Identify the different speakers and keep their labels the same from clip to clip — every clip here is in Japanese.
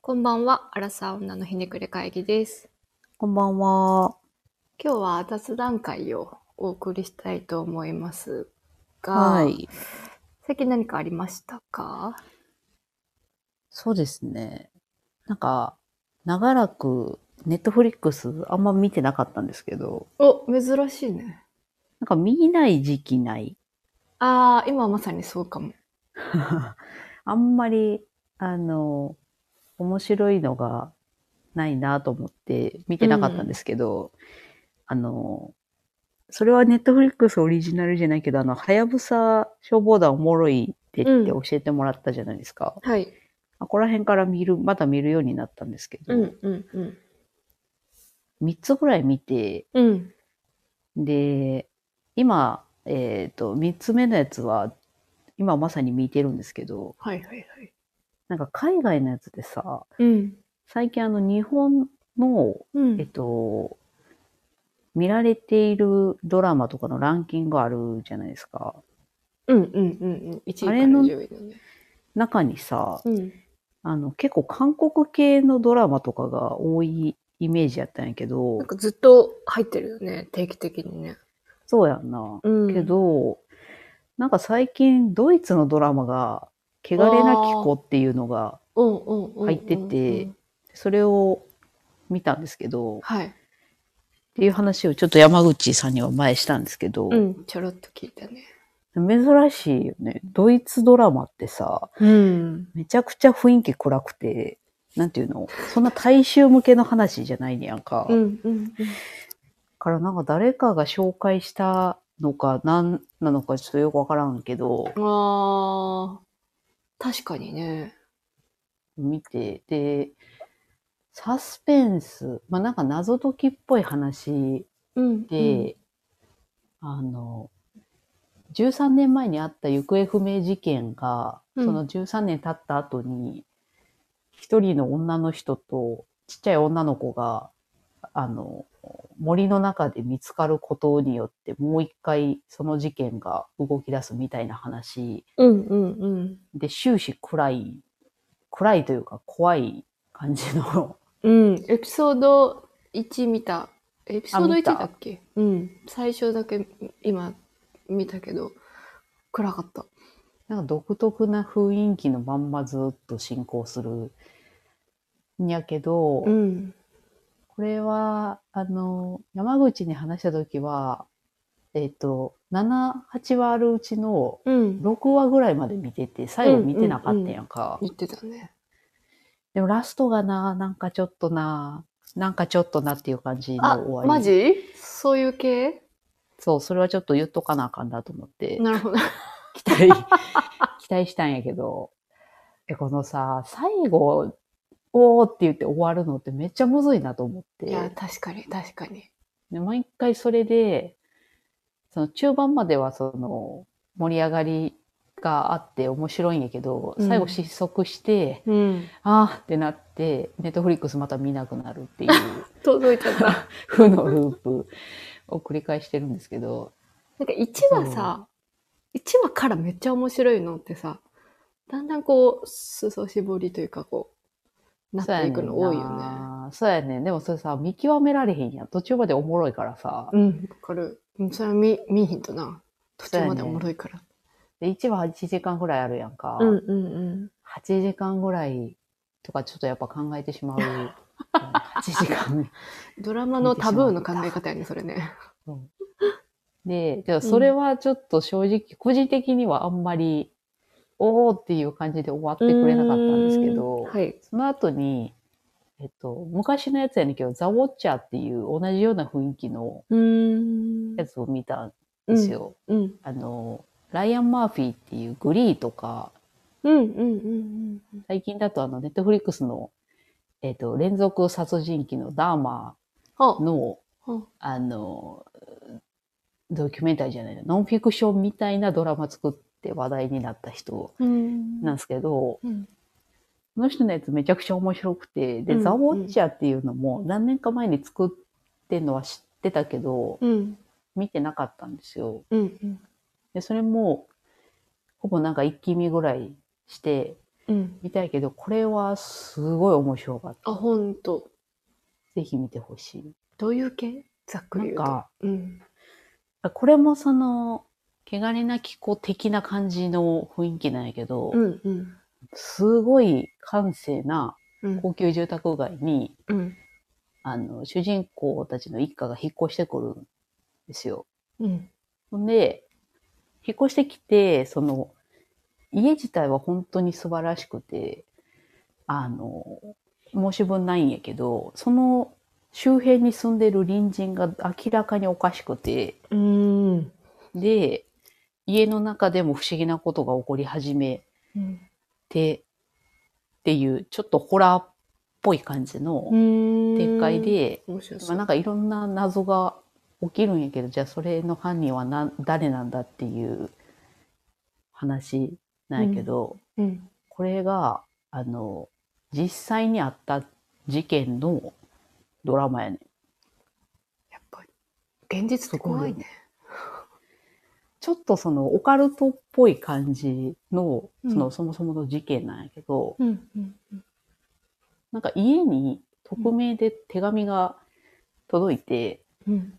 Speaker 1: こんばんは、アラサー女のひねくれ会議です。
Speaker 2: こんばんは。
Speaker 1: 今日は雑談会をお送りしたいと思いますが、
Speaker 2: はい。
Speaker 1: 最近何かありましたか
Speaker 2: そうですね。なんか、長らく、ネットフリックスあんま見てなかったんですけど、
Speaker 1: お、珍しいね。
Speaker 2: なんか見ない時期ない。
Speaker 1: ああ、今まさにそうかも。
Speaker 2: あんまり、あの、面白いのがないなと思って見てなかったんですけど、あの、それはネットフリックスオリジナルじゃないけど、あの、はやぶさ消防団おもろいでって
Speaker 1: うん
Speaker 2: 教えてもらったじゃないですか。
Speaker 1: はい。
Speaker 2: あここら辺から見る、まだ見るようになったんですけど、
Speaker 1: うんうんうん。
Speaker 2: 3つぐらい見て、
Speaker 1: うん。
Speaker 2: で、今、えっ、と、3つ目のやつは、今まさに見てるんですけど、
Speaker 1: はいはいはい。
Speaker 2: なんか海外のやつでさ、
Speaker 1: うん。
Speaker 2: 最近あの日本の、
Speaker 1: う
Speaker 2: え
Speaker 1: ん。
Speaker 2: っと、見られているドラマとかのランキングあるじゃないですか。
Speaker 1: うんうんうんうん。一位
Speaker 2: あ
Speaker 1: から
Speaker 2: れの
Speaker 1: 10位のね。
Speaker 2: 中にさ、
Speaker 1: うん。
Speaker 2: あの結構韓国系のドラマとかが多いイメージやったんやけど
Speaker 1: なん、かずっと入ってるよね、定期的にね。
Speaker 2: そうやんな。
Speaker 1: うん。
Speaker 2: けど、なんか最近ドイツのドラマが、汚れなき子っていうのが、
Speaker 1: うんうんうんうんうん、
Speaker 2: 入っててそれを見たんですけど、っ
Speaker 1: はい。
Speaker 2: ていう話をちょっと山口さんには前したんですけど、
Speaker 1: うん。ちょろっと聞いたね。
Speaker 2: 珍しいよね。ドイツドラマってさ、
Speaker 1: うん。
Speaker 2: めちゃくちゃ雰囲気暗くて、なんていうのそんな大衆向けの話じゃないねやんか。
Speaker 1: う
Speaker 2: だ
Speaker 1: んうんうん。
Speaker 2: からなんか誰かが紹介したのか、なんなのかちょっとよくわからんけど、
Speaker 1: ああ、確かにね。
Speaker 2: 見て、で、サスペンス、まあなんか謎解きっぽい話
Speaker 1: うん
Speaker 2: で、あの、13年前にあった行方不明事件が、
Speaker 1: うん
Speaker 2: その13年経った後に、一人の女の人と、ちっちゃい女の子が、あの、森の中で見つかることによって、もう一回その事件が動き出すみたいな話
Speaker 1: うんうんうん。
Speaker 2: で、終始暗い、暗いというか怖い感じ の、
Speaker 1: うん。エピソード1見た。エピソード
Speaker 2: あ
Speaker 1: 1
Speaker 2: 見た
Speaker 1: だっけうん。最初だけ今見たけど、暗かった。
Speaker 2: なんか独特な雰囲気のまんまずっと進行するんやけど、
Speaker 1: うん。
Speaker 2: これは、あの、山口に話したときは、えっ、と、7、8話あるうちの
Speaker 1: うん。
Speaker 2: 6話ぐらいまで見てて、最後見てなかったやんか。
Speaker 1: 言ってたね。
Speaker 2: でもラストがな、なんかちょっとな、なんかちょっとなっていう感じの
Speaker 1: あ、
Speaker 2: 終わり。
Speaker 1: マジそういう系
Speaker 2: そう、それはちょっと言っとかなあかんなと思って、
Speaker 1: なる ほど。
Speaker 2: 期待、 期待したんやけど、え、このさ、最後、おーって言って終わるのってめっちゃむずいなと思って。
Speaker 1: いや、確かに、確かに。
Speaker 2: で、毎回それで、その中盤まではその盛り上がりがあって面白いんやけど、
Speaker 1: うん
Speaker 2: 最後失速して、
Speaker 1: うん。
Speaker 2: あーってなって、ネットフリックスまた見なくなるっていう
Speaker 1: 届いちゃった。なん
Speaker 2: 負のループを繰り返してるんですけど、
Speaker 1: か1はさ、1話からめっちゃ面白いのってさ、だんだんこう、裾絞りというかこう、なっていくの多いよね。
Speaker 2: ね。そうやねん。でもそれさ、見極められへんやん。途中までおもろいからさ。
Speaker 1: うん、わかる。うんそれは見、見えへんとな。途中までおもろいから。
Speaker 2: で、1話8時間ぐらいあるやんか。
Speaker 1: うん
Speaker 2: 8時間ぐらいとかちょっとやっぱ考えてし まう。うん8時間
Speaker 1: うん。ドラマのタブーの考え方やね、それね。
Speaker 2: で、でもそれはちょっと正直、個人的にはあんまり、おーっていう感じで終わってくれなかったんですけど、
Speaker 1: はい。
Speaker 2: その後に、えっと、昔のやつやねんけど、ザ・ウォッチャーっていう同じような雰囲気の
Speaker 1: うーん。
Speaker 2: やつを見たんですよ。
Speaker 1: うん。
Speaker 2: あの、ライアン・マーフィーっていうグリーとか、
Speaker 1: うんうんうんうん。
Speaker 2: 最近だとあの、ネットフリックスの、えっと、連続殺人鬼のダーマ
Speaker 1: あ
Speaker 2: ー、の、
Speaker 1: あ
Speaker 2: あの、ドキュメンタリーじゃないなノンフィクションみたいなドラマ作って話題になった人
Speaker 1: うん。
Speaker 2: なんですけど、
Speaker 1: うん
Speaker 2: その人のやつめちゃくちゃ面白くて、で、
Speaker 1: うん
Speaker 2: ザ・ウォッチャーっていうのも何年か前に作ってんのは知ってたけど、
Speaker 1: うん。
Speaker 2: 見てなかったんですよ。
Speaker 1: うんうん。
Speaker 2: で、それも、ほぼなんか一気見ぐらいして、
Speaker 1: うん。
Speaker 2: 見たいけど、これはすごい面白かっ
Speaker 1: あ、ほんと。
Speaker 2: た。ぜひ見てほしい。
Speaker 1: どういう系ざっく
Speaker 2: な
Speaker 1: り
Speaker 2: ん
Speaker 1: 言うと。
Speaker 2: か、
Speaker 1: うん。
Speaker 2: これもその、汚れなき子的な感じの雰囲気なんやけど、
Speaker 1: うんうん。
Speaker 2: すごい閑静な
Speaker 1: うん。
Speaker 2: 高級住宅街に、
Speaker 1: うん。
Speaker 2: あの、主人公たちの一家が引っ越してくるんですよ。
Speaker 1: うん。
Speaker 2: ほんで、引っ越してきて、その、家自体は本当に素晴らしくて、あの、申し分ないんやけど、その周辺に住んでる隣人が明らかにおかしくて、
Speaker 1: うん。
Speaker 2: で、家の中でも不思議なことが起こり始め
Speaker 1: うん。
Speaker 2: て、っていう、ちょっとホラーっぽい感じの展開。で、
Speaker 1: 面白そ
Speaker 2: まあ、
Speaker 1: う。
Speaker 2: なんかいろんな謎が起きるんやけど、じゃあそれの犯人はな誰なんだっていう話なんやけど、
Speaker 1: うん。
Speaker 2: これが、あの、実際にあった事件のドラマやねん
Speaker 1: やっぱり。現実って怖いね。
Speaker 2: ちょっとそのオカルトっぽい感じの、その、
Speaker 1: うん
Speaker 2: そもそもの事件なんやけど、
Speaker 1: うん。うん。
Speaker 2: なんか家に匿名で手紙が届いて、
Speaker 1: うん。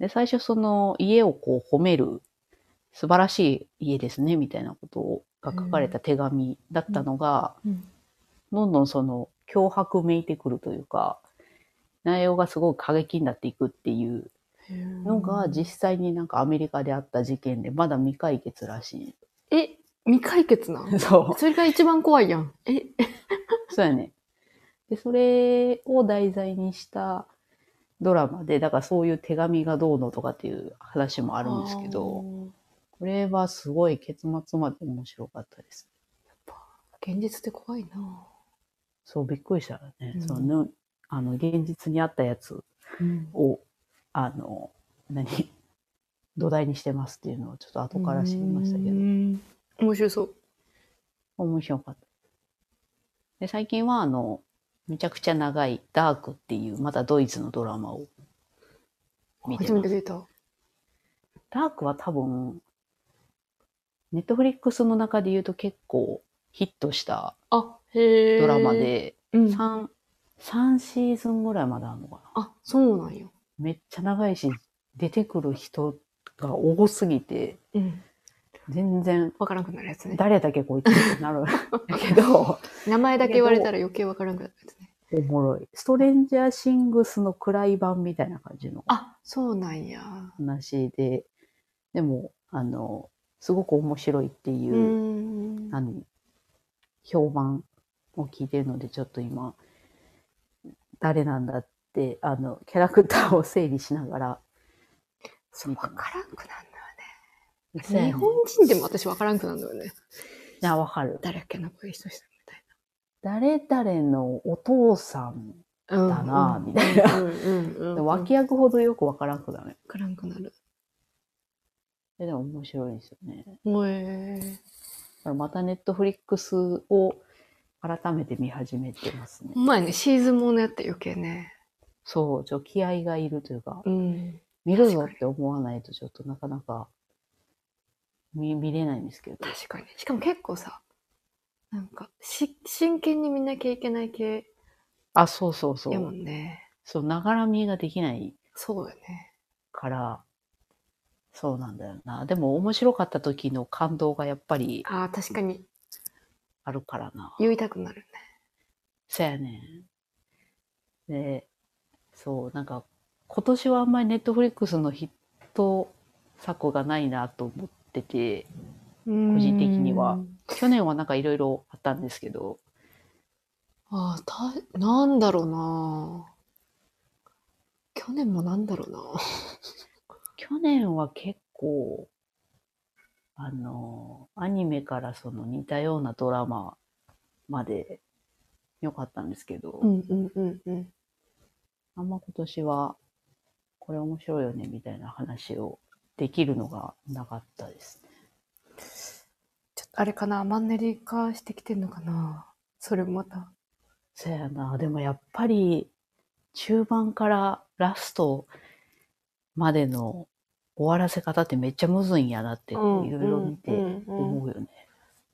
Speaker 2: で、最初その家をこう褒める、素晴らしい家ですね、みたいなことが書かれた手紙だったのが、
Speaker 1: うん。
Speaker 2: どんどんその脅迫めいてくるというか、内容がすごく過激になっていくっていうのが実際になんかアメリカであった事件でまだ未解決らし
Speaker 1: え、未解決なん
Speaker 2: い。 そう。
Speaker 1: それが一番怖いやん。え、
Speaker 2: そうやね。で、それを題材にしたドラマで、だからそういう手紙がどうのとかっていう話もあ
Speaker 1: あ
Speaker 2: るんですけど、。これはすごい結末まで面白かったです。
Speaker 1: 現実って怖いな
Speaker 2: そう、びっくりしたよね。
Speaker 1: うん
Speaker 2: その、あの、現実にあったやつを、あの、何 土台にしてますっていうのをちょっと後から知りましたけ
Speaker 1: う
Speaker 2: ど、
Speaker 1: ん面白そう。
Speaker 2: 面白かった。で、最近はあの、めちゃくちゃ長いダークっていう、またドイツのドラマを見て
Speaker 1: 初
Speaker 2: ま
Speaker 1: め
Speaker 2: す
Speaker 1: て。出た。
Speaker 2: ダークは多分、ネットフリックスの中で言うと結構ヒットした
Speaker 1: あ、へえ。
Speaker 2: ドラマ。で、
Speaker 1: うん。
Speaker 2: 3、3シーズンぐらいまであるのかな。
Speaker 1: あ、そうなんよ。
Speaker 2: めっちゃ長いし、出てくる人が多すぎて、
Speaker 1: うん。
Speaker 2: 全然、
Speaker 1: わからなくなるやつね。
Speaker 2: 誰だけこいつってなるだけど、
Speaker 1: 名前だけ言われたら余計わからなくなるやつね。
Speaker 2: おもろい。ストレンジャーシングスの暗い版みたいな感じの
Speaker 1: あ、そうなんや。
Speaker 2: 話で、でも、あの、すごく面白いっていうう、
Speaker 1: ん。
Speaker 2: 何評判を聞いてるので、ちょっと今、誰なんだって、あの、キャラクターを整理しながら。
Speaker 1: そう、わからんくなるのよね。日
Speaker 2: 日
Speaker 1: 本人でも私わからんくなるのよね。
Speaker 2: いや、わかる。
Speaker 1: 誰っけな、こういう人したみたい
Speaker 2: 誰々のお父さん、
Speaker 1: な。
Speaker 2: だなぁみたいな
Speaker 1: うんうんうんうん。わ
Speaker 2: 脇役ほどよくわからんくだね。
Speaker 1: からんくなる。
Speaker 2: ででも面白いですよね。
Speaker 1: おえ
Speaker 2: だからまたネットフリックスを改めて見始めてますね
Speaker 1: ほ。んまやね、シーズンものやって余計ね。
Speaker 2: そう、ちょ、気合がいるというか、
Speaker 1: うん。
Speaker 2: 見るぞって思わないとちょっとなかなか見見れないんですけど。
Speaker 1: 確かに。しかも結構さ、なんか、し、真剣に見なきゃいけない系
Speaker 2: あ、そうそうそ
Speaker 1: やも
Speaker 2: う。
Speaker 1: んね。
Speaker 2: そう、ながら見ができない
Speaker 1: そうよね。
Speaker 2: から、そうなんだよな。でも面白かった時の感動がやっぱり
Speaker 1: ああ、確かに、
Speaker 2: あるからな。
Speaker 1: 言いたくなるね。
Speaker 2: そうやねん。で、そう、なんか、今年はあんまりネットフリックスのヒット作がないなと思ってて、
Speaker 1: 個
Speaker 2: 人的には。去年はなんかいろいろあったんですけど、
Speaker 1: ああ、た、なんだろうな去年もなんだろうな
Speaker 2: 去年は結構、あの、アニメからその似たようなドラマまで良かったんですけど、
Speaker 1: うんうんうんうん。
Speaker 2: あんま今年は、これ面白いよね、みたいな話をできるのがなかったですね。
Speaker 1: ちょっとあれかなマンネリ化してきてんのかなそれもまた。
Speaker 2: そやな、でもやっぱり、中盤からラストまでの終わらせ方ってめっちゃむずいんやなって、いろいろ見て
Speaker 1: うんうんうん
Speaker 2: 思うよね。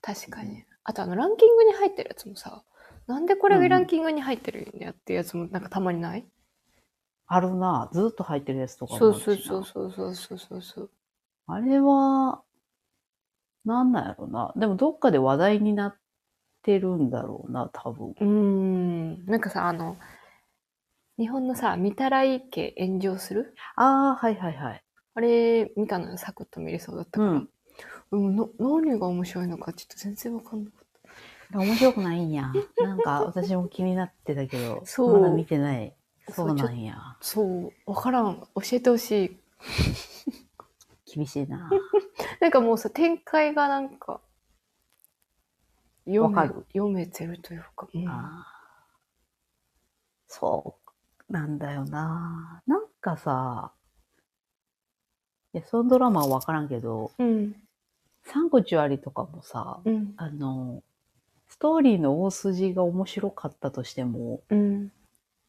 Speaker 1: 確かに。あとあのランキングに入ってるやつもさ、なんでこれがランキングに入ってるんだよっていうやつもなんかたまにない、
Speaker 2: あるな。ずっと入ってるやつとかもあ
Speaker 1: そ
Speaker 2: る
Speaker 1: う
Speaker 2: しな
Speaker 1: そうそうそうそうそうそうそう。
Speaker 2: あれは、なんなんやろな。でもどっかで話題になってるんだろうな、多分。
Speaker 1: うーん。なんかさ、あの、日本のさ、見たらい家炎上する
Speaker 2: ああ、はいはいはい。
Speaker 1: あれ見たのよ、サクッと見れそうだった
Speaker 2: う
Speaker 1: から。
Speaker 2: ん。
Speaker 1: うん、な何が面白いのかちょっと全然わかんなかっ
Speaker 2: 面白くない んや。なんか私も気になってたけど、
Speaker 1: そう
Speaker 2: まだ見てない。
Speaker 1: た。
Speaker 2: そう
Speaker 1: ちょ
Speaker 2: な
Speaker 1: っと
Speaker 2: んや。
Speaker 1: そう、わからん。教えてほしい。
Speaker 2: 厳しいな。
Speaker 1: なんかもうさ、展開がなんか、読
Speaker 2: わ
Speaker 1: め
Speaker 2: かる
Speaker 1: 読めてるというか、 うん
Speaker 2: あーそうなんだよな。なんかさ、いや、そのドラマはわからんけど、
Speaker 1: うん、
Speaker 2: サンゴチュアリとかもさ、
Speaker 1: うん、
Speaker 2: あの、ストーリーの大筋が面白かったとしても、
Speaker 1: うん、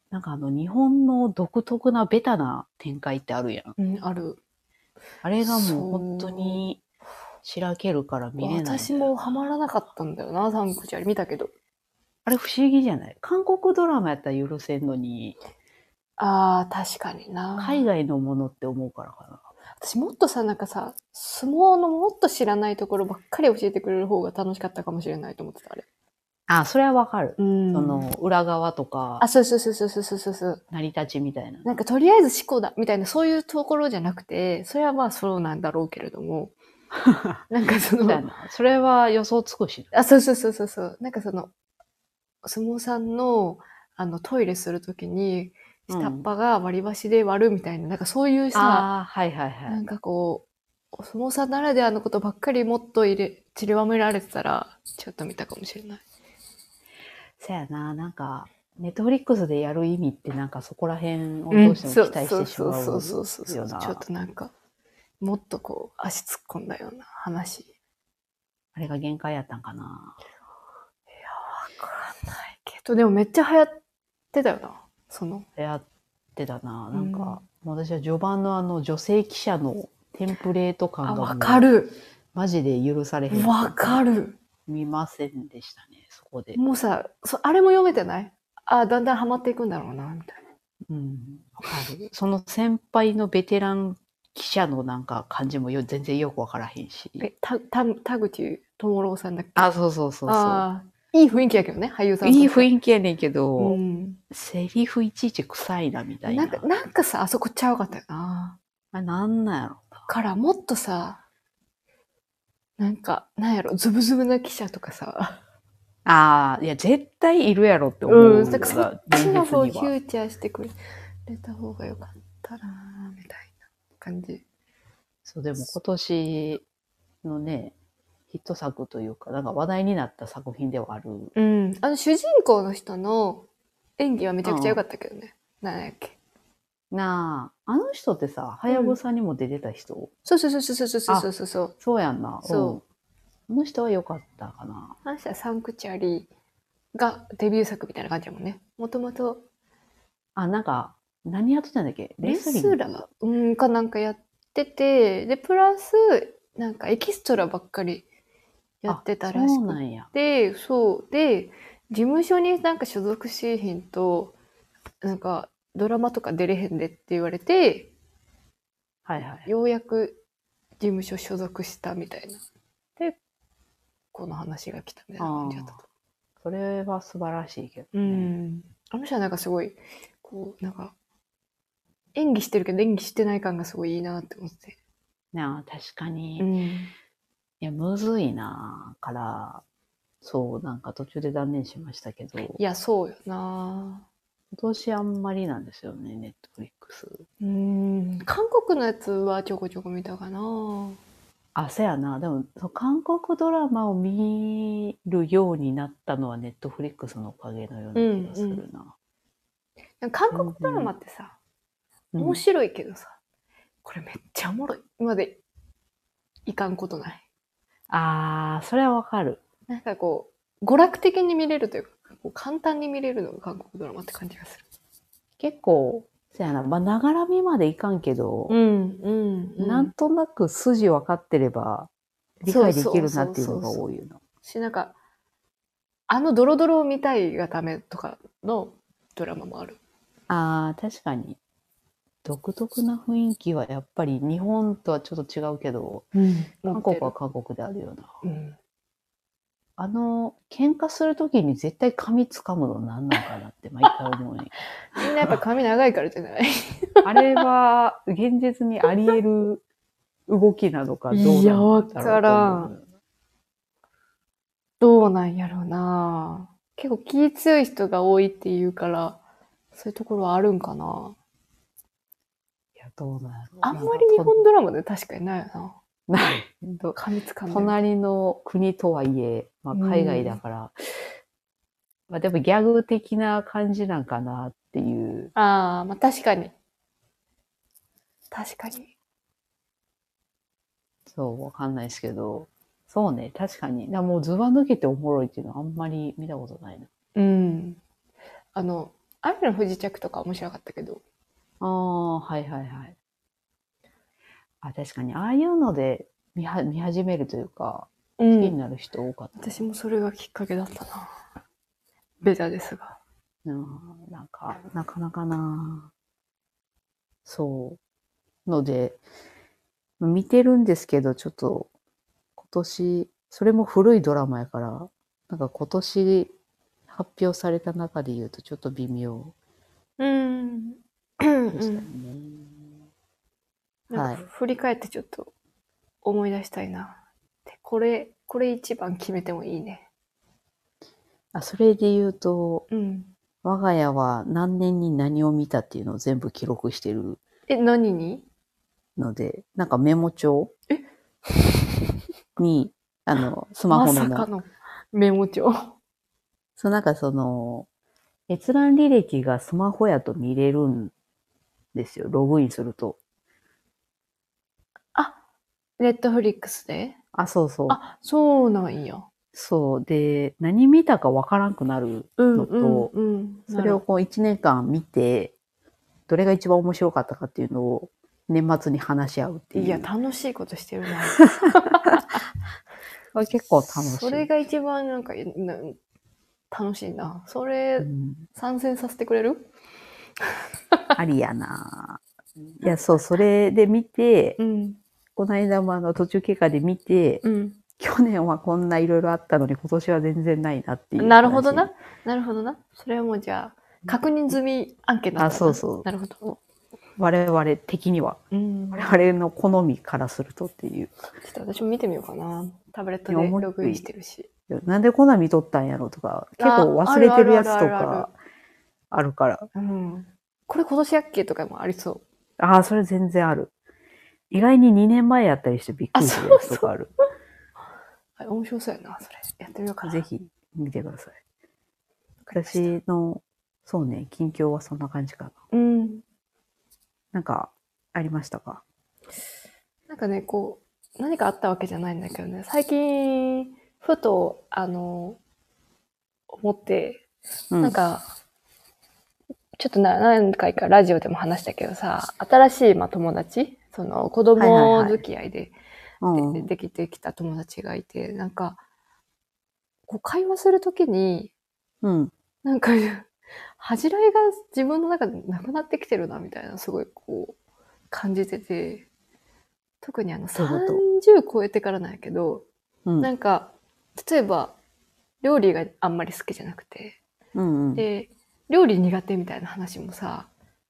Speaker 2: なんかあの日本の独特なベタな展開ってあるやん。
Speaker 1: うん、ある。
Speaker 2: あれが
Speaker 1: そう
Speaker 2: もう本当にしらけるから見れない。
Speaker 1: 私もハマらなかったんだよな、サンクチュアリ見たけど。
Speaker 2: あれ不思議じゃない韓国ドラマやったら許せんのに、
Speaker 1: ああ、確かにな。
Speaker 2: 海外のものって思うからかな。
Speaker 1: 私もっとさ、なんかさ、相撲のもっと知らないところばっかり教えてくれる方が楽しかったかもしれないと思ってた、あれ。
Speaker 2: あ、それはわかる。
Speaker 1: うん
Speaker 2: その、裏側とか
Speaker 1: あ、、そうそうそうそうそうそうそう。
Speaker 2: 成り立ちみたいな。
Speaker 1: なんかとりあえず思考だみたいなそういうところじゃなくて、それはまあそうなんだろうけれど も、なんかそ
Speaker 2: みたい
Speaker 1: の、
Speaker 2: な。それは予想つくし。
Speaker 1: あ、そうそうそうそうそう、なんかその、お相撲さんの、あの、トイレするときに、
Speaker 2: うん
Speaker 1: 下っ端が割り箸で割るみたいな、なんかそういうさ、
Speaker 2: ああ、はいはい
Speaker 1: な
Speaker 2: は
Speaker 1: ん
Speaker 2: い。
Speaker 1: かこう、お相撲さんならではのことばっかりもっと入れ、散りばめられてたら、ちょっと見たかもしれない。
Speaker 2: そやな、なんか、ネットフリックスでやる意味ってなんかそこら辺をど
Speaker 1: そうう
Speaker 2: して
Speaker 1: そ
Speaker 2: も
Speaker 1: う
Speaker 2: 期待してしまう。
Speaker 1: そうそうそうそう
Speaker 2: よな
Speaker 1: ちょっとなんか、もっとこう、足突っ込んだような話。
Speaker 2: あれが限界やったんかな。
Speaker 1: わかんないけど、でもめっちゃ流行ってたよな。その、
Speaker 2: やってたな。なんか、もう私は序盤のあの女性記者のテンプレート
Speaker 1: あ、
Speaker 2: 感が
Speaker 1: わ
Speaker 2: も
Speaker 1: か
Speaker 2: う
Speaker 1: る。
Speaker 2: マジで許されへん。
Speaker 1: わかる。
Speaker 2: 見ませんでしたね、そこで。
Speaker 1: もうさ、そあれも読めてないあ、だんだんハマっていくんだろうな、みたい
Speaker 2: うん、わかる。その先輩のベテラン記者のなんか感じもよ全然よくわからへんし。
Speaker 1: な。え、た、た、田口智郎さんだっけ
Speaker 2: あ、そうそうそうそ
Speaker 1: あーいい雰囲気やけどね、俳優さ
Speaker 2: う。
Speaker 1: んとして
Speaker 2: いい雰囲気やねんけど、
Speaker 1: うん。
Speaker 2: セリフいちいち臭いなみたい
Speaker 1: なん
Speaker 2: な。
Speaker 1: か、なんかさ、あそこちゃうかったよな。
Speaker 2: あなんなんやろな。
Speaker 1: から、もっとさ、なんか、なんやろ、ズブズブな記者とかさ、
Speaker 2: ああ、いや、絶対いるやろって思う。
Speaker 1: うんなんかそっ
Speaker 2: 面接
Speaker 1: そ
Speaker 2: に
Speaker 1: の
Speaker 2: は
Speaker 1: 方をフューチャーしてくれた方がよかったな、みたいな感じ。
Speaker 2: そう、でも今年のね、ヒット作というか、なんか話題になった作品ではある。
Speaker 1: うん、あの主人公の人の演技はめちゃくちゃ良かったけどね。なんだっけ。
Speaker 2: なあ、あの人ってさ、はやぶさにも出てた人、
Speaker 1: そうそうそうそうそうそうそうそう。
Speaker 2: そうやんな。
Speaker 1: そ
Speaker 2: うん。この人は良かったかな。
Speaker 1: あの人はサンクチュアリーがデビュー作みたいな感じだもんね。もともと
Speaker 2: あ、なんか、何やってたんだっけ
Speaker 1: レ
Speaker 2: レ
Speaker 1: ス
Speaker 2: ス
Speaker 1: ラ
Speaker 2: リ
Speaker 1: ー
Speaker 2: ング
Speaker 1: うんかなんかやってて、で、プラスなんかエキストラばっかりやってたらし
Speaker 2: そうな
Speaker 1: く
Speaker 2: んや。
Speaker 1: て、そう。で、事務所になんか所属しへんと、なんかドラマとか出れへんでって言われて、
Speaker 2: はいはい。
Speaker 1: ようやく事務所所属したみたいな。で、この話が来たみたいな感じだったと。
Speaker 2: それは素晴らしいけど
Speaker 1: う
Speaker 2: ね。
Speaker 1: ん。あの人はなんかすごい、こう、なんか、演技してるけど演技してない感がすごいいいなって思って。
Speaker 2: なあ、確かに。
Speaker 1: う
Speaker 2: い
Speaker 1: ん。
Speaker 2: や、むずいなあから、そう、なんか途中で断念しましたけど、今
Speaker 1: いや、そうよな
Speaker 2: 年あんまりなんですよね、ネットフリックス。
Speaker 1: うん。韓国のやつはちょこちょこ見たかな
Speaker 2: あ、せやな。でも、そう韓国ドラマを見るようになったのはネットフリックスのおかげのような気がするな。
Speaker 1: なんか韓国ドラマってさ、
Speaker 2: うん
Speaker 1: 面白いけどさ、これめっちゃおもろいまでいかんことない。
Speaker 2: ああ、それはわかる。
Speaker 1: なんかこう、娯楽的に見れるというか、こう簡単に見れるのが韓国ドラマって感じがする。
Speaker 2: 結構、そやな、まあ、ながら見までいかんけど、
Speaker 1: ん、うん
Speaker 2: なんとなく筋分かってれば理解できるなっていうのが多いよな。
Speaker 1: し、なんか、あのドロドロを見たいがためとかのドラマもある。
Speaker 2: ああ、確かに。独特な雰囲気はやっぱり日本とはちょっと違うけど、
Speaker 1: うん。
Speaker 2: 韓国は韓国であるよな。
Speaker 1: うん。
Speaker 2: あの、喧嘩するときに絶対髪掴むの何なのかなって毎回思うね。
Speaker 1: みんなやっぱ髪長いからじゃない
Speaker 2: あれは現実にあり得る動きなのかどうなの
Speaker 1: いやわからん どうなんやろうな結構気強い人が多いっていうから、そういうところはあるんかな。
Speaker 2: いや、どうなんやろう
Speaker 1: あんまり日本ドラマで確かにないよな。
Speaker 2: ない。ど
Speaker 1: 髪つかんでる
Speaker 2: 隣の国とはいえ、まあ、
Speaker 1: うん
Speaker 2: 海外だから、まあ、でもギャグ的な感じなんかなっていう。
Speaker 1: ああ、まあ確かに。確かに。
Speaker 2: そう、わかんないですけど。そうね、確かに。だからもうズバ抜けておもろいっていうのはあんまり見たことないな。
Speaker 1: うん。あの、雨の不時着とか面白かったけど。
Speaker 2: ああ、はいはいはい。あ、確かに、ああいうので見は見始めるというか、
Speaker 1: う
Speaker 2: 気に
Speaker 1: ん。
Speaker 2: なる人多かった。
Speaker 1: 私もそれがきっかけだったな。ベタですが。
Speaker 2: うん、なんか、なかなかなそう。ので、見てるんですけど、ちょっと、今年、それも古いドラマやから、なんか今年発表された中で言うとちょっと微妙
Speaker 1: うん。
Speaker 2: でしたよね。
Speaker 1: なんか振り返ってちょっと思い出したいな。でこれ、これ一番決めてもいいね。
Speaker 2: あ、それで言うと、
Speaker 1: うん。
Speaker 2: 我が家は何年に何を見たっていうのを全部記録してる
Speaker 1: え、何に
Speaker 2: ので、なんかメモ帳
Speaker 1: え
Speaker 2: に、あの、スマ
Speaker 1: ま
Speaker 2: ホの
Speaker 1: さ
Speaker 2: 中
Speaker 1: かのメモ帳。
Speaker 2: そう、なんかその、閲覧履歴がスマホやと見れるんですよ。ログインすると。
Speaker 1: あ、ネットフリックスで
Speaker 2: あ、そうそう。
Speaker 1: あ、そうなんや。
Speaker 2: そう。で、何見たかわからんくなる。
Speaker 1: うん
Speaker 2: のと
Speaker 1: うん、
Speaker 2: それをこう1年間見て、どれが一番面白かったかっていうのを年末に話し合うっていう。
Speaker 1: いや、楽しいことしてるな。
Speaker 2: これ 結構楽しい。
Speaker 1: それが一番なんか、な楽しいな。それ、
Speaker 2: うん
Speaker 1: 参戦させてくれる
Speaker 2: ありやな。いや、そう、それで見て、
Speaker 1: ん。
Speaker 2: この間もあの途中経過で見て、
Speaker 1: うん。
Speaker 2: 去年はこんないろいろあったのに今年は全然ないなっていう話。
Speaker 1: なるほどな。なるほどな。それはもうじゃあ、確認済み案件だったな
Speaker 2: あそうそう
Speaker 1: なるほど。
Speaker 2: 我々的には、
Speaker 1: うん。ちょ
Speaker 2: 我々の好みからするとっていう。
Speaker 1: っと私も見てみようかな。タブレットで
Speaker 2: いや思い
Speaker 1: ログインしてるし。
Speaker 2: なんでこんなん見とったんやろとか、結構
Speaker 1: あ
Speaker 2: 忘れてるやつ
Speaker 1: あ
Speaker 2: と
Speaker 1: るあるあるあ
Speaker 2: かあるから。
Speaker 1: るうん。これ今年やっけとかもありそう。
Speaker 2: ああ、それ全然ある。意外に2年前やったりしてびっくりするやつとかある。
Speaker 1: あ面白そうやな、それ。やってみようかな。
Speaker 2: ぜひ見てください。
Speaker 1: わかりました。
Speaker 2: 私の、そうね、近況はそんな感じかな。
Speaker 1: うん。
Speaker 2: なんか、ありましたか
Speaker 1: なんかね、こう、何かあったわけじゃないんだけどね、最近、ふと、あの、思って、
Speaker 2: うん。
Speaker 1: なんか、ちょっとな何回かラジオでも話したけどさ、新しい、まあ、友達、その子供付き合いで
Speaker 2: うん、
Speaker 1: でできてきた友達がいて、なんか、こう会話するときに、
Speaker 2: うん。
Speaker 1: なんか、恥じらいが自分の中でなくなってきてるな、みたいな、すごいこう、感じてて、特にあの、
Speaker 2: どういうこ
Speaker 1: 30超えてからなんやけど、
Speaker 2: うん。
Speaker 1: なんか、例えば、料理があんまり好きじゃなくて、
Speaker 2: うん。うん。
Speaker 1: で、料理苦手みたいな話もさ、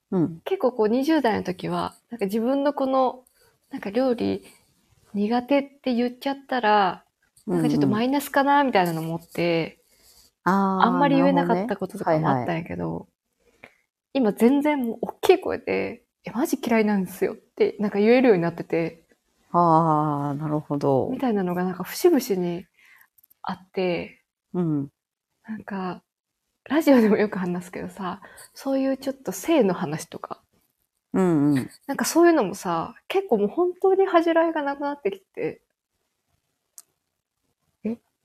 Speaker 2: うん。
Speaker 1: 結構こう20代の時は、なんか自分のこの、なんか料理苦手って言っちゃったら、なんかちょっとマ
Speaker 2: イ
Speaker 1: イナスかな、みたいなの持って、
Speaker 2: あ
Speaker 1: あ
Speaker 2: あ
Speaker 1: んまり言えなかったこととかもあったんやけど、今全然もう大きい声で、え、マジ嫌いなんですよってなんか言えるようになってて、
Speaker 2: ああ、なるほど
Speaker 1: み。たいなのがなんか節々にあって、
Speaker 2: うん。
Speaker 1: なんか、ラジオでもよく話すけどさ、そういうちょっと性の話とか、
Speaker 2: うんうん。
Speaker 1: なんかそういうのもさ、結構もう本当に恥じらいがなくなってきて、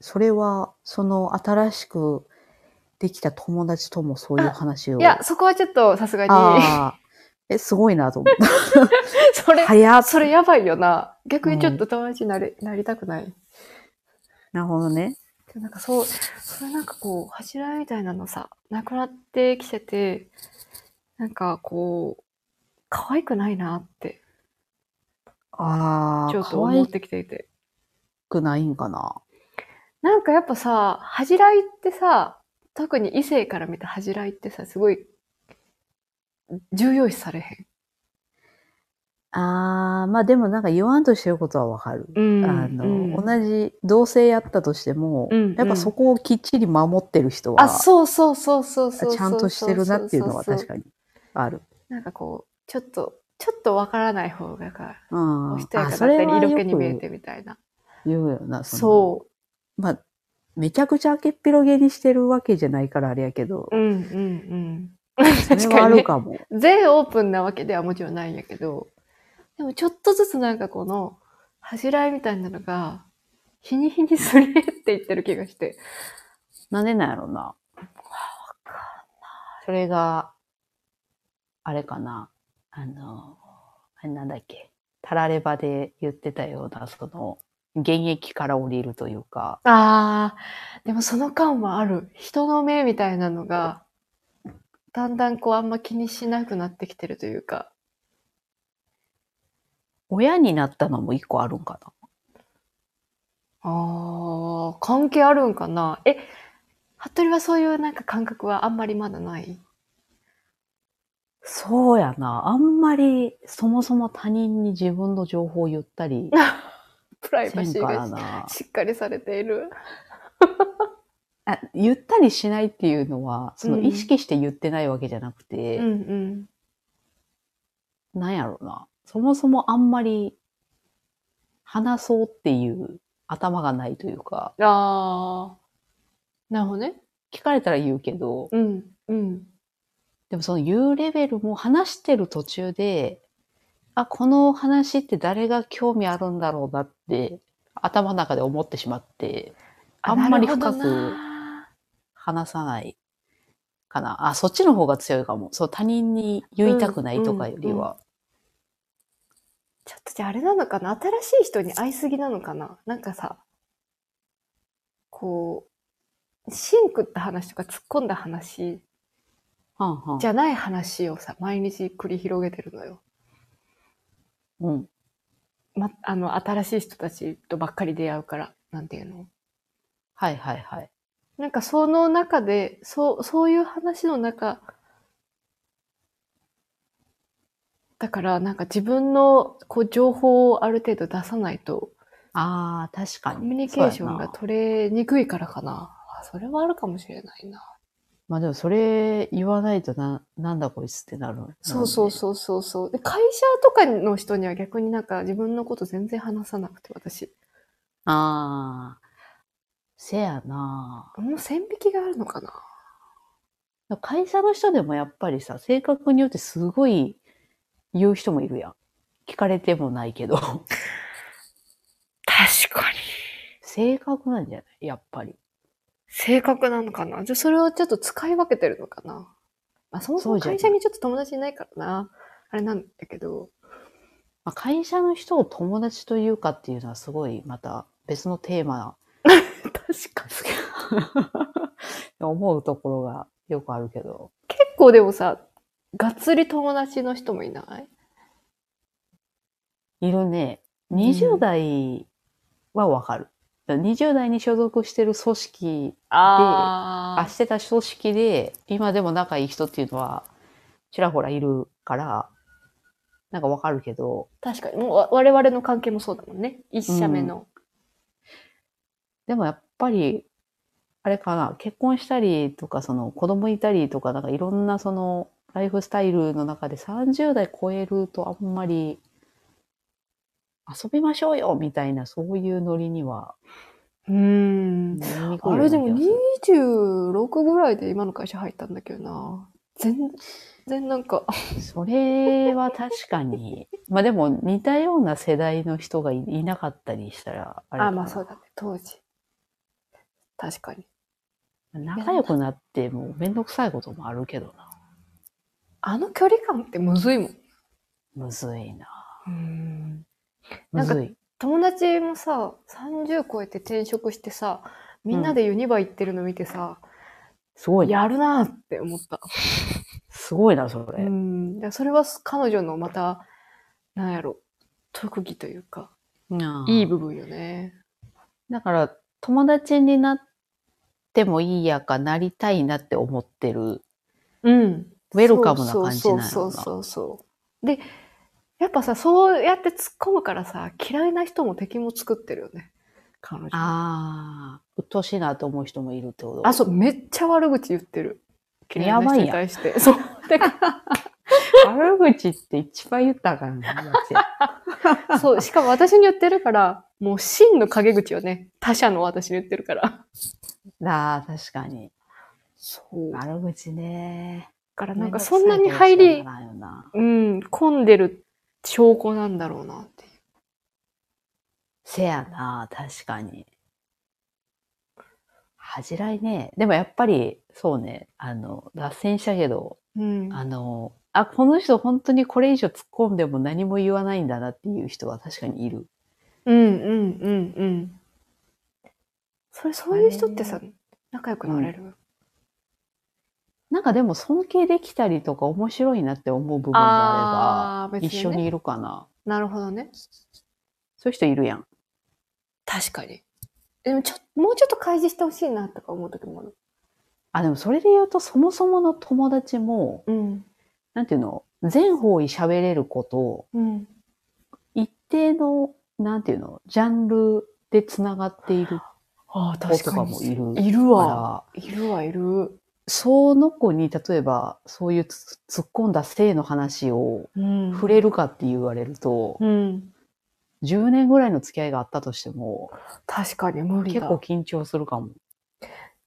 Speaker 2: それは、その新しくできた友達ともそういう話を。
Speaker 1: いや、そこはちょっとさすがに、
Speaker 2: ああ。え、すごいなと思っ
Speaker 1: そ
Speaker 2: た。
Speaker 1: れ、
Speaker 2: 早っ。
Speaker 1: それやばいよな。逆にちょっと友達になれ、なりたくない。
Speaker 2: なるほどね。
Speaker 1: でもなんかそう、そういうなんかこう、柱みたいなのさ、なくなってきてて、なんかこう、可愛くないなって、
Speaker 2: あ
Speaker 1: ちょ
Speaker 2: あ、
Speaker 1: っと
Speaker 2: 可
Speaker 1: 思っ
Speaker 2: 愛
Speaker 1: てきていて。
Speaker 2: くないんかな。
Speaker 1: なんかやっぱさ、恥じらいってさ、特に異性から見た恥じらいってさ、すごい、重要視されへん。
Speaker 2: ああ、まあでもなんか言わんとしてることはわかる。
Speaker 1: うん
Speaker 2: あの、
Speaker 1: うん
Speaker 2: 同じ同性やったとしても、
Speaker 1: うん
Speaker 2: やっぱそこをきっちり守ってる人は、
Speaker 1: あ、そうそうそうそうそうそうそうそう。
Speaker 2: ちゃんとしてるなっていうのは確
Speaker 1: か
Speaker 2: かにある。
Speaker 1: に。なんかこう、ちょっと、ちょっとわからない方がか、
Speaker 2: うん。
Speaker 1: おしとや
Speaker 2: あ
Speaker 1: か
Speaker 2: そ
Speaker 1: だっ
Speaker 2: れ
Speaker 1: た
Speaker 2: は
Speaker 1: り、色
Speaker 2: よ
Speaker 1: 気に見え
Speaker 2: く
Speaker 1: てみたいな。
Speaker 2: 言うよな。の
Speaker 1: そ
Speaker 2: まあ、めちゃくちゃ明けっぴろげにしてるわけじゃないからあれやけど
Speaker 1: う。、うんうんうん。
Speaker 2: それ
Speaker 1: 確
Speaker 2: は
Speaker 1: か
Speaker 2: あ
Speaker 1: に
Speaker 2: る
Speaker 1: ね。
Speaker 2: かも。
Speaker 1: 全オープンなわけではもちろんないんやけど、でもちょっとずつなんかこの、恥じらいみたいなのが、日に日にすり減っていってる気がして。
Speaker 2: なんでなんやろな。わ
Speaker 1: かん
Speaker 2: それが、あれかな。あの、あれなんだっけ。タラレバで言ってたような、その、現役から降りるというか、
Speaker 1: あー、でもその感はある。人の目みたいなのが、だんだんこうあんま気にしなくなってきてるというか。
Speaker 2: 親になったのも一個あるんかな。
Speaker 1: ああ、関係あるんかなえ、服部はそういうなんか感覚はあんまりまだない
Speaker 2: そうやな。あんまり、そもそも他人に自分の情報を言ったり、
Speaker 1: プライ
Speaker 2: せ
Speaker 1: バ
Speaker 2: ん
Speaker 1: シー
Speaker 2: から
Speaker 1: が
Speaker 2: な。
Speaker 1: ししっかりされている。
Speaker 2: あ言ったりしないっていうのは、その
Speaker 1: うん
Speaker 2: 意識して言ってないわけじゃなくて、
Speaker 1: うんうん。
Speaker 2: なんやろな。そもそもあんまり話そうっていう頭がないというか、
Speaker 1: ああ、なるほどね。
Speaker 2: 聞かれたら言うけど、
Speaker 1: うん、うん。
Speaker 2: でもその言うレベルも話してる途中で、あ、この話って誰が興味あるんだろうなって、頭の中で思ってしまって、あんまり深
Speaker 1: なるほど
Speaker 2: く
Speaker 1: な
Speaker 2: 話さないかな。あ、そっちの方が強いかも。そう、他人に言いたくないとかよりは。
Speaker 1: ちょっとじゃああれなのかな新しい人に会いすぎなのかななんかさ、こう、シンクった話とか突っ込んだ話
Speaker 2: はんはん
Speaker 1: じゃない話をさ、毎日繰り広げてるのよ。
Speaker 2: うん。
Speaker 1: ま、あの、新しい人たちとばっかり出会うから、なんていうの
Speaker 2: はいはいはい。
Speaker 1: なんかその中で、そう、そういう話の中、だからなんか自分のこう情報をある程度出さないと、
Speaker 2: ああ、確かに。
Speaker 1: コミュニケーショ
Speaker 2: そう
Speaker 1: ン
Speaker 2: やな
Speaker 1: が取れにくいからかな。あそれはあるかもしれないな。
Speaker 2: まあでもそれ言わないとな、なんだこいつってなる。
Speaker 1: そうそうそうそうそう。で会社とかの人には逆になんか自分のこと全然話さなくて、私。
Speaker 2: う。ああ。せやな
Speaker 1: もう線引きがあるのかな。
Speaker 2: 会社の人でもやっぱりさ、性格によってすごい言う人もいるやん。聞かれてもないけど。
Speaker 1: 確かに。
Speaker 2: 性格なんじゃないやっぱり。
Speaker 1: 性格なのかなじゃあそれをちょっと使い分けてるのかな、まあ、そもそ
Speaker 2: そ
Speaker 1: も
Speaker 2: うじゃな
Speaker 1: 会
Speaker 2: い
Speaker 1: 社にちょっと友達いないからな。あれなんだけど。
Speaker 2: まあ、会社の人を友達というかっていうのはすごいまた別のテーマ
Speaker 1: 確かに。結
Speaker 2: な 思うところがよくあるけど。
Speaker 1: 構でもさ、がっつり友達の人もいない
Speaker 2: いるね。
Speaker 1: ん
Speaker 2: 20代はわかる。だから20代に所属してる組織、
Speaker 1: あ
Speaker 2: あ、してた組織で、今でも仲いい人っていうのは、ちらほらいるから、なんかわかるけど、
Speaker 1: 確かに。もうわ我々の関係もそうだもんね。一社目の。
Speaker 2: でもやっぱり、あれかな、結婚したりとか、その子供いたりとか、なんかいろんなその、ライフスタイルの中で30代超えるとあんまり、遊びましょうよみたいな、そういうノリには、
Speaker 1: うーん。
Speaker 2: なりにくい
Speaker 1: あ
Speaker 2: ような
Speaker 1: れ
Speaker 2: 気
Speaker 1: で
Speaker 2: が
Speaker 1: も
Speaker 2: する
Speaker 1: 26ぐらいで今の会社入ったんだけどな。全然なんか、
Speaker 2: それは確かに。 まあでも似たような世代の人がいいなかったりしたら、あれ
Speaker 1: あ、
Speaker 2: か
Speaker 1: まあ
Speaker 2: な。
Speaker 1: そうだね。当時。確かに。
Speaker 2: 仲良くなってもうめんどくさいこともあるけどな。
Speaker 1: あの距離感ってむずいもん。
Speaker 2: むずいな。
Speaker 1: うん
Speaker 2: む
Speaker 1: なんか
Speaker 2: ずい。
Speaker 1: 友達もさ30超えて転職してさみんなでユニバ行ってるの見てさ、
Speaker 2: すごいね。
Speaker 1: やるなーって思った。
Speaker 2: すごいな、それ。
Speaker 1: うん。だからそれは彼女のまた、なんやろ、特技というか、
Speaker 2: うん
Speaker 1: いい部分よね。
Speaker 2: だから、友達になってもいいやか、なりたいなって思ってる。
Speaker 1: うん。
Speaker 2: ウェルカムな感じなの
Speaker 1: そうそう
Speaker 2: な
Speaker 1: そうそうそう。で、やっぱさ、そうやって突っ込むからさ、嫌いな人も敵も作ってるよね。彼女。
Speaker 2: ああ。うっとうしいなと思う人もいるってこと
Speaker 1: あ、そう、めっちゃ悪口言ってる。嫌い
Speaker 2: や
Speaker 1: な
Speaker 2: ば
Speaker 1: 人
Speaker 2: い
Speaker 1: に
Speaker 2: やん
Speaker 1: 対して。そう。だか
Speaker 2: 悪口って一番言ったからね。
Speaker 1: らそう、しかも私に言ってるから、もう真の陰口よね。他者の私に言ってるから。
Speaker 2: なあ、確かに。
Speaker 1: そう。だ
Speaker 2: 悪口ね。
Speaker 1: からなんかそんなに入り、うん、混んでる証拠なんだろうなっていう。
Speaker 2: せやな、確かに。恥じらいね。でもやっぱり、そうね、あの、脱線したけど、
Speaker 1: うん。
Speaker 2: あの、あ、この人本当にこれ以上突っ込んでも何も言わないんだなっていう人は確かにいる。
Speaker 1: うんうんうんうん。それ、そういう人って
Speaker 2: あ
Speaker 1: さ、仲良くなれる、
Speaker 2: なんかでも尊敬できたりとか面白いなって思う部分があ
Speaker 1: あー、
Speaker 2: れば、
Speaker 1: 別
Speaker 2: 一緒
Speaker 1: ね
Speaker 2: にいるかな。
Speaker 1: なるほどね。
Speaker 2: そういう人いるやん。
Speaker 1: 確かに。でもちょ、もうちょっと開示してほしいなとか思う時もある。
Speaker 2: あ、でもそれで言うと、そもそもの友達も、
Speaker 1: うん。
Speaker 2: なんていうの、全方位喋れる子と、
Speaker 1: うん。
Speaker 2: 一定の、なんていうの、ジャンルで繋がっている
Speaker 1: ああ、
Speaker 2: 子とかもいる
Speaker 1: いる
Speaker 2: か
Speaker 1: わ。
Speaker 2: ら、
Speaker 1: いるわ、いる。
Speaker 2: その子に例えば、そういうつ突っ込んだ性の話を
Speaker 1: うん
Speaker 2: 触れるかって言われると、
Speaker 1: うん。
Speaker 2: 10年ぐらいの付き合いがあったとしても、
Speaker 1: 確かに無理
Speaker 2: 結
Speaker 1: だ
Speaker 2: 構。緊張するかも。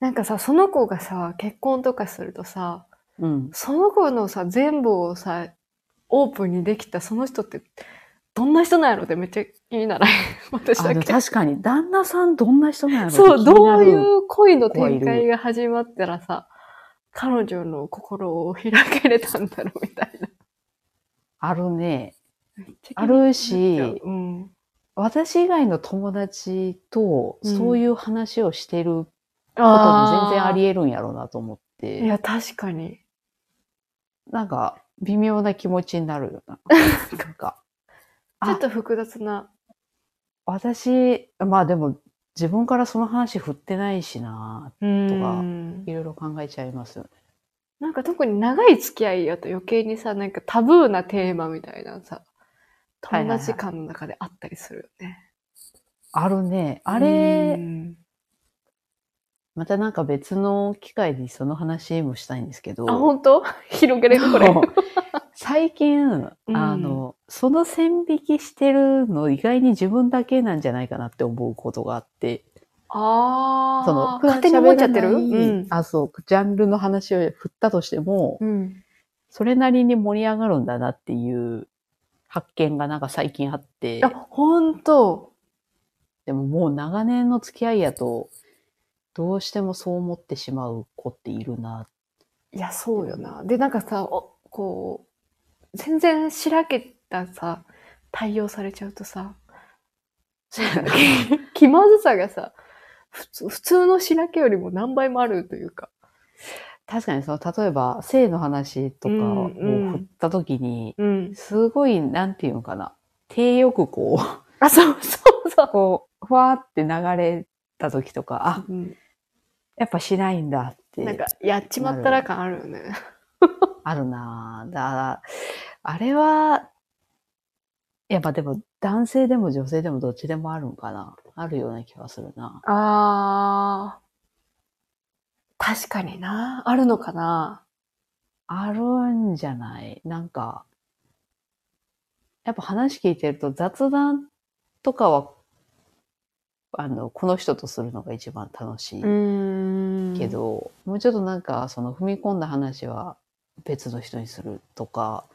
Speaker 1: なんかさ、その子がさ、結婚とかするとさ、
Speaker 2: うん。
Speaker 1: その子のさ、全部をさ、オープンにできたその人って、どんな人なんやろってめっちゃ気にならへん。 私
Speaker 2: あ
Speaker 1: だ
Speaker 2: でも
Speaker 1: け。
Speaker 2: 確かに、旦那さんどんな人なんやろ
Speaker 1: そう、
Speaker 2: って気にな
Speaker 1: どう
Speaker 2: る
Speaker 1: いう恋の展開が始まったらさ、彼女の心を開けれたんだろうみたいな。
Speaker 2: あるね。
Speaker 1: めっちゃ
Speaker 2: あ
Speaker 1: 気になっ
Speaker 2: る
Speaker 1: ちゃう
Speaker 2: し、
Speaker 1: うん。
Speaker 2: 私以外の友達と
Speaker 1: うん
Speaker 2: そういう話をしてる
Speaker 1: こ
Speaker 2: こ
Speaker 1: と
Speaker 2: とも全然あり得るんやろうなと思っ
Speaker 1: い
Speaker 2: て、
Speaker 1: や、確かに。
Speaker 2: なんか微妙な気持ちになるよ な。なんか、あ
Speaker 1: ちょっと複雑な。
Speaker 2: 私、まあでも自分からその話振ってないしな、
Speaker 1: うん
Speaker 2: いろいろ考えちゃいますよね。
Speaker 1: なんか特に長い付き合いやと余計にさ、なんかタブーなテーマみたいなのさ、
Speaker 2: はいはい
Speaker 1: 友
Speaker 2: はい
Speaker 1: 達間の中であったりするよね。
Speaker 2: あるね。あ
Speaker 1: う
Speaker 2: れ、
Speaker 1: ん
Speaker 2: またなんか別の機会にその話もしたいんですけど、
Speaker 1: あ、本当 広げれるこれ。
Speaker 2: 最近、
Speaker 1: うん
Speaker 2: あの、その線引きしてるの意外に自分だけなんじゃないかなって思うことがあって、
Speaker 1: ああ。
Speaker 2: その、
Speaker 1: 勝手に思っちゃってる
Speaker 2: 普段喋らない
Speaker 1: うん。
Speaker 2: あ、そう、ジャンルの話を振ったとしても、
Speaker 1: うん。
Speaker 2: それなりに盛り上がるんだなっていう発見がなんか最近あって
Speaker 1: あ、、本当
Speaker 2: でももう長年の付き合いやと、どうしてもそう思ってしまう子っている な。
Speaker 1: いや、そうよな。で、なんかさ、おこう、全然しらけたさ、対応されちゃうとさ、気まずさがさ、普通普通のしらけよりも何倍もあるというか。
Speaker 2: 確かにその、例えば、性の話とかを振った時に、
Speaker 1: うん。
Speaker 2: すごい、なんていうのかな。低よくこ、
Speaker 1: あ、そうそうそう
Speaker 2: こう、ふわーって流れた時とか、あ、
Speaker 1: う。うん、
Speaker 2: やっぱしないんだっ
Speaker 1: なん
Speaker 2: て
Speaker 1: か、、やっちまったら感あるよね。
Speaker 2: あるなぁ。だからあれは、やっぱでも、男性でも女性でもどっちでもあるんかな。あるような気はするな。
Speaker 1: あー。確かにな。あるのかな。
Speaker 2: あるんじゃないなんか、やっぱ話聞いてると雑談とかは、あの、この人とするのが一番楽しい。
Speaker 1: ん
Speaker 2: け。ど、もうちょっとなんかその踏み込んだ話は別の人にするとか、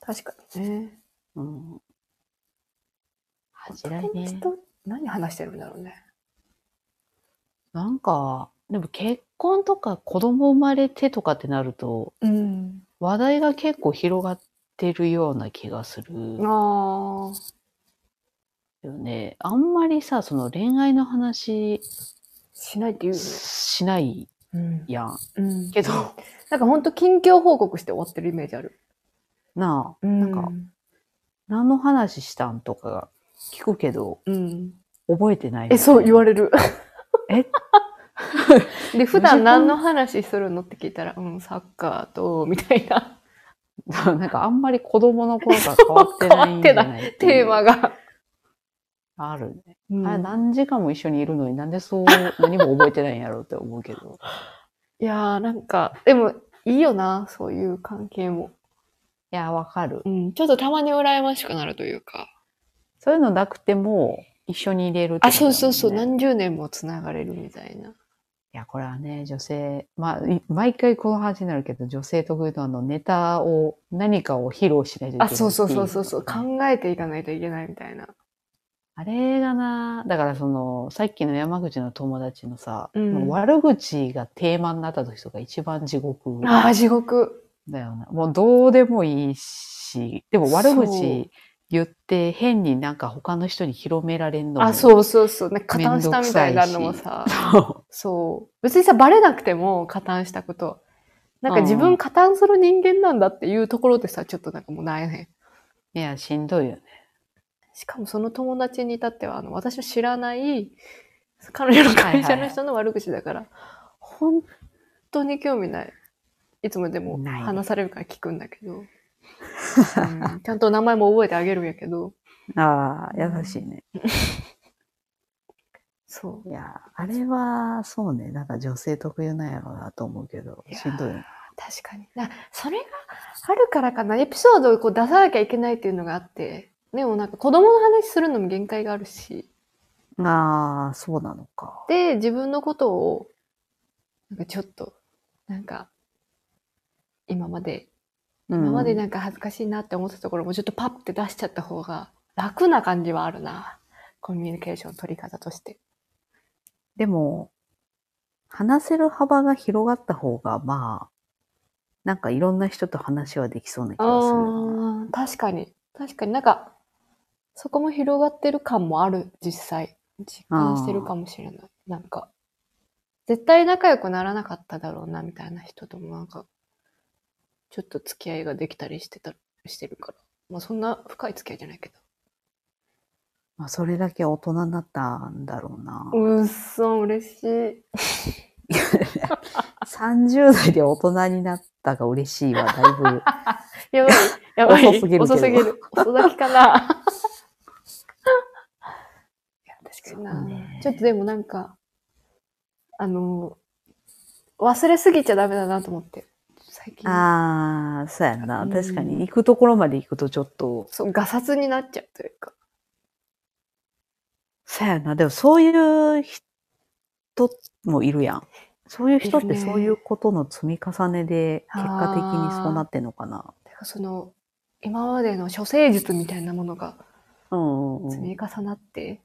Speaker 1: 確かにね。
Speaker 2: うん、恥じらい
Speaker 1: 友
Speaker 2: ね
Speaker 1: 達と何話してるんだろうね。
Speaker 2: なんかでも結婚とか子供生まれてとかってなると
Speaker 1: うん。
Speaker 2: 話題が結構広がってるような気がする
Speaker 1: ああ。
Speaker 2: よね。あんまりさその恋愛の話
Speaker 1: しないって言うよね。
Speaker 2: しない
Speaker 1: うん。
Speaker 2: やん。
Speaker 1: うん、
Speaker 2: けど、
Speaker 1: なんかほんと近況報告して終わってるイメージある。
Speaker 2: なあ、
Speaker 1: な
Speaker 2: なんん
Speaker 1: か
Speaker 2: か、、何の話したんとかが聞くけど、
Speaker 1: うん。
Speaker 2: 覚えてない
Speaker 1: え、そう言わ
Speaker 2: れ
Speaker 1: れる。
Speaker 2: え
Speaker 1: で、普段何の話するのって聞いたら、うん、サッカーと、みたいな
Speaker 2: なんかあんまり子供の頃から変わってないんじゃないってい
Speaker 1: テ
Speaker 2: う
Speaker 1: ーマが。
Speaker 2: あるね。
Speaker 1: うん
Speaker 2: あれ何時間も一緒にいるのになんでそう何も覚えてないんやろうって思うけど。
Speaker 1: いやー、なんか、でも、いいよな、そういう関係も。
Speaker 2: いや、わかる。
Speaker 1: うん、ちょっとたまに羨ましくなるというか。
Speaker 2: そういうのなくても一緒にいれるって
Speaker 1: あ、
Speaker 2: こと
Speaker 1: そう
Speaker 2: だもんね
Speaker 1: そうそう、
Speaker 2: い
Speaker 1: 何十年もつながれるみたいな。
Speaker 2: や、これはね、女性、まあ、い毎回この話になるけど、女性特有のあのネタを、何かを披露しないといけな
Speaker 1: あ、
Speaker 2: いってい
Speaker 1: そうそうそうそうそう、
Speaker 2: ね
Speaker 1: 考えていかないといけないみたいな。
Speaker 2: あれがな、だからその、さっきの山口の友達のさ、
Speaker 1: うん
Speaker 2: もう悪口がテーマになった時とか一番地獄
Speaker 1: ああ、地獄。
Speaker 2: だよな。もうどうでもいいし、でも悪
Speaker 1: そう
Speaker 2: 口言って変になんか他の人に広められんのも
Speaker 1: あ、そうそうそう、ね、加担したみたいなのもさ、
Speaker 2: そう。
Speaker 1: そう。別にさ、バレなくても加担したこと。なんか自
Speaker 2: う
Speaker 1: 分
Speaker 2: ん
Speaker 1: 加担する人間なんだっていうところでさ、ちょっとなんかもう悩へん。
Speaker 2: いや、しんどいよね。
Speaker 1: しかもその友達に至っては、あの、私の知らない、彼女の会社の人の悪口だから、本当に興味ない。いつもでも
Speaker 2: ない
Speaker 1: 話されるから聞くんだけど、うんちゃんと名前も覚えてあげるんやけど、
Speaker 2: ああ、
Speaker 1: 優
Speaker 2: 優
Speaker 1: し
Speaker 2: しいね。
Speaker 1: そう。
Speaker 2: いや、あれは、そうね、なんか女性特有なんやろうなと思うけど
Speaker 1: い、やー
Speaker 2: しんどいよね。
Speaker 1: 確かに。なそれがあるからかな、エピソードをこう出さなきゃいけないっていうのがあって、でもなんか子供の話するのも限界があるし、
Speaker 2: ああ、そうなのか。
Speaker 1: で、自分のことを、なんかちょっと、なんか、今まで、今まで
Speaker 2: うん
Speaker 1: なんか恥ずかしいなって思ってたところもちょっとパッて出しちゃった方が楽な感じはあるな。コミュニケーション取り方として。
Speaker 2: でも、話せる幅が広がった方が、まあ、なんかいろんな人と話はできそうな気がするよな。
Speaker 1: あー確かに。確かになんか、そこも広がってる感もある、実際。実感してるかもしれない。なんか、絶対仲良くならなかっただろうな、みたいな人ともなんか、ちょっと付き合いができたりしてた、してるから。まあそんな深い付き合いじゃないけど。
Speaker 2: まあ、それだけ大人になったんだろうな。
Speaker 1: うっそ、嬉しい。
Speaker 2: 30代で大人になったが嬉しいは、だい ぶ。
Speaker 1: やばい、やばい。
Speaker 2: 遅すぎるけど
Speaker 1: 遅すぎる。遅咲きかな。いや、確かに
Speaker 2: そう
Speaker 1: な、
Speaker 2: ね
Speaker 1: ちょっとでもなんか、あの、忘れすぎちゃダメだなと思って。最近。
Speaker 2: ああ、そうやん
Speaker 1: う
Speaker 2: な。
Speaker 1: ん
Speaker 2: 確かに、行くところまで行くとちょっと、
Speaker 1: そう、ガサツになっちゃうというか。
Speaker 2: そうやんな。でも、そういう人もいるやん。そういう人っ
Speaker 1: いる
Speaker 2: て
Speaker 1: ね
Speaker 2: そういうことの積み重ねで、結果的にそうなってんのかな。
Speaker 1: てかその、今までの処世術みたいなものが
Speaker 2: うんうんうん
Speaker 1: 積み重なって、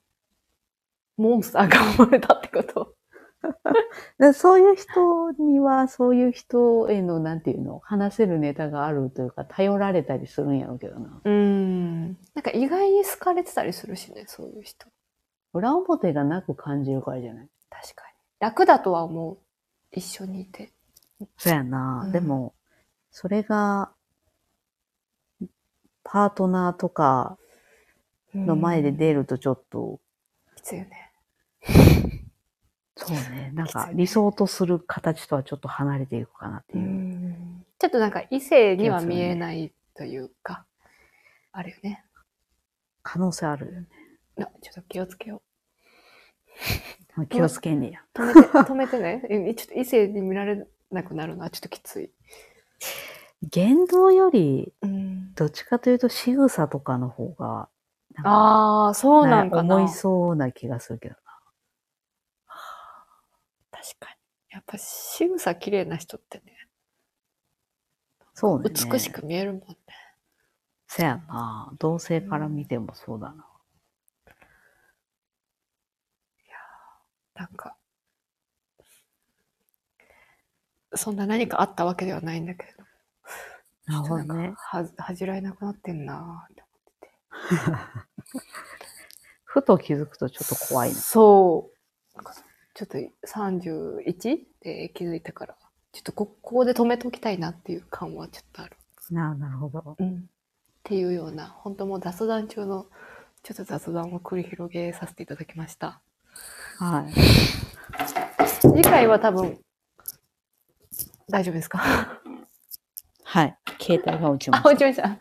Speaker 1: モンスターが生まれたってこと。
Speaker 2: でそういう人には、そういう人への、なんていうの、話せるネタがあるというか、頼られたりするんやろうけどな。
Speaker 1: うん。なんか意外に好かれてたりするしね、そういう人。
Speaker 2: 裏表がなく感じるからじゃない
Speaker 1: 確かに。楽だとは思う。一緒にいて。
Speaker 2: そうやな。
Speaker 1: うん
Speaker 2: でも、それが、パートナーとかの前で
Speaker 1: うん
Speaker 2: 出るとちょっと、
Speaker 1: きついよね。
Speaker 2: そうね、なん
Speaker 1: きつ
Speaker 2: か
Speaker 1: い
Speaker 2: 理想とする形とはちょっと離れていくかなっていう。
Speaker 1: ちょっとなんか異性には見えないというか、あるよね。
Speaker 2: 可能性あるよね。
Speaker 1: なちょっと気をつけよ
Speaker 2: 気をつけんねや。
Speaker 1: う。止め て、止めてね。えちょっと異性に見られなくなるのはちょっときつい。
Speaker 2: 言動より、
Speaker 1: うん。
Speaker 2: どっちかというと仕草とかの方が、なんか
Speaker 1: ああ、そうなんかな。
Speaker 2: 思いそうな気がするけど。
Speaker 1: 確かに。やっぱ仕草綺麗な人ってね、
Speaker 2: そうね。
Speaker 1: 美し。く見えるもんね。
Speaker 2: せやな。同性から見てもそうだな。
Speaker 1: なんか、そんな何かあったわけではないんだけれど。
Speaker 2: なるほ
Speaker 1: ちょ
Speaker 2: ど
Speaker 1: っとな
Speaker 2: ね
Speaker 1: んか。は恥じらいなくなってんなぁって
Speaker 2: ふと気づくとちょっと怖いな。
Speaker 1: そう。なんかちょっと 31? で気づいたから、ちょっとこここで止めときたいなっていう感はちょっとある。
Speaker 2: なあなるほど。
Speaker 1: うん。っていうような、本当もう雑談中の、ちょっと雑談を繰り広げさせていただきました。
Speaker 2: はい。
Speaker 1: 次回は多分、大丈夫ですか
Speaker 2: はい。携帯が落ちま
Speaker 1: あ、
Speaker 2: し
Speaker 1: 落ちました。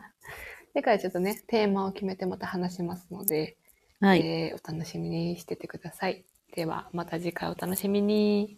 Speaker 1: 次回ちょっとね、テーマを決めてまた話しますので、
Speaker 2: た。はい。
Speaker 1: えーお楽しみにしててください。では、また次回お楽しみに。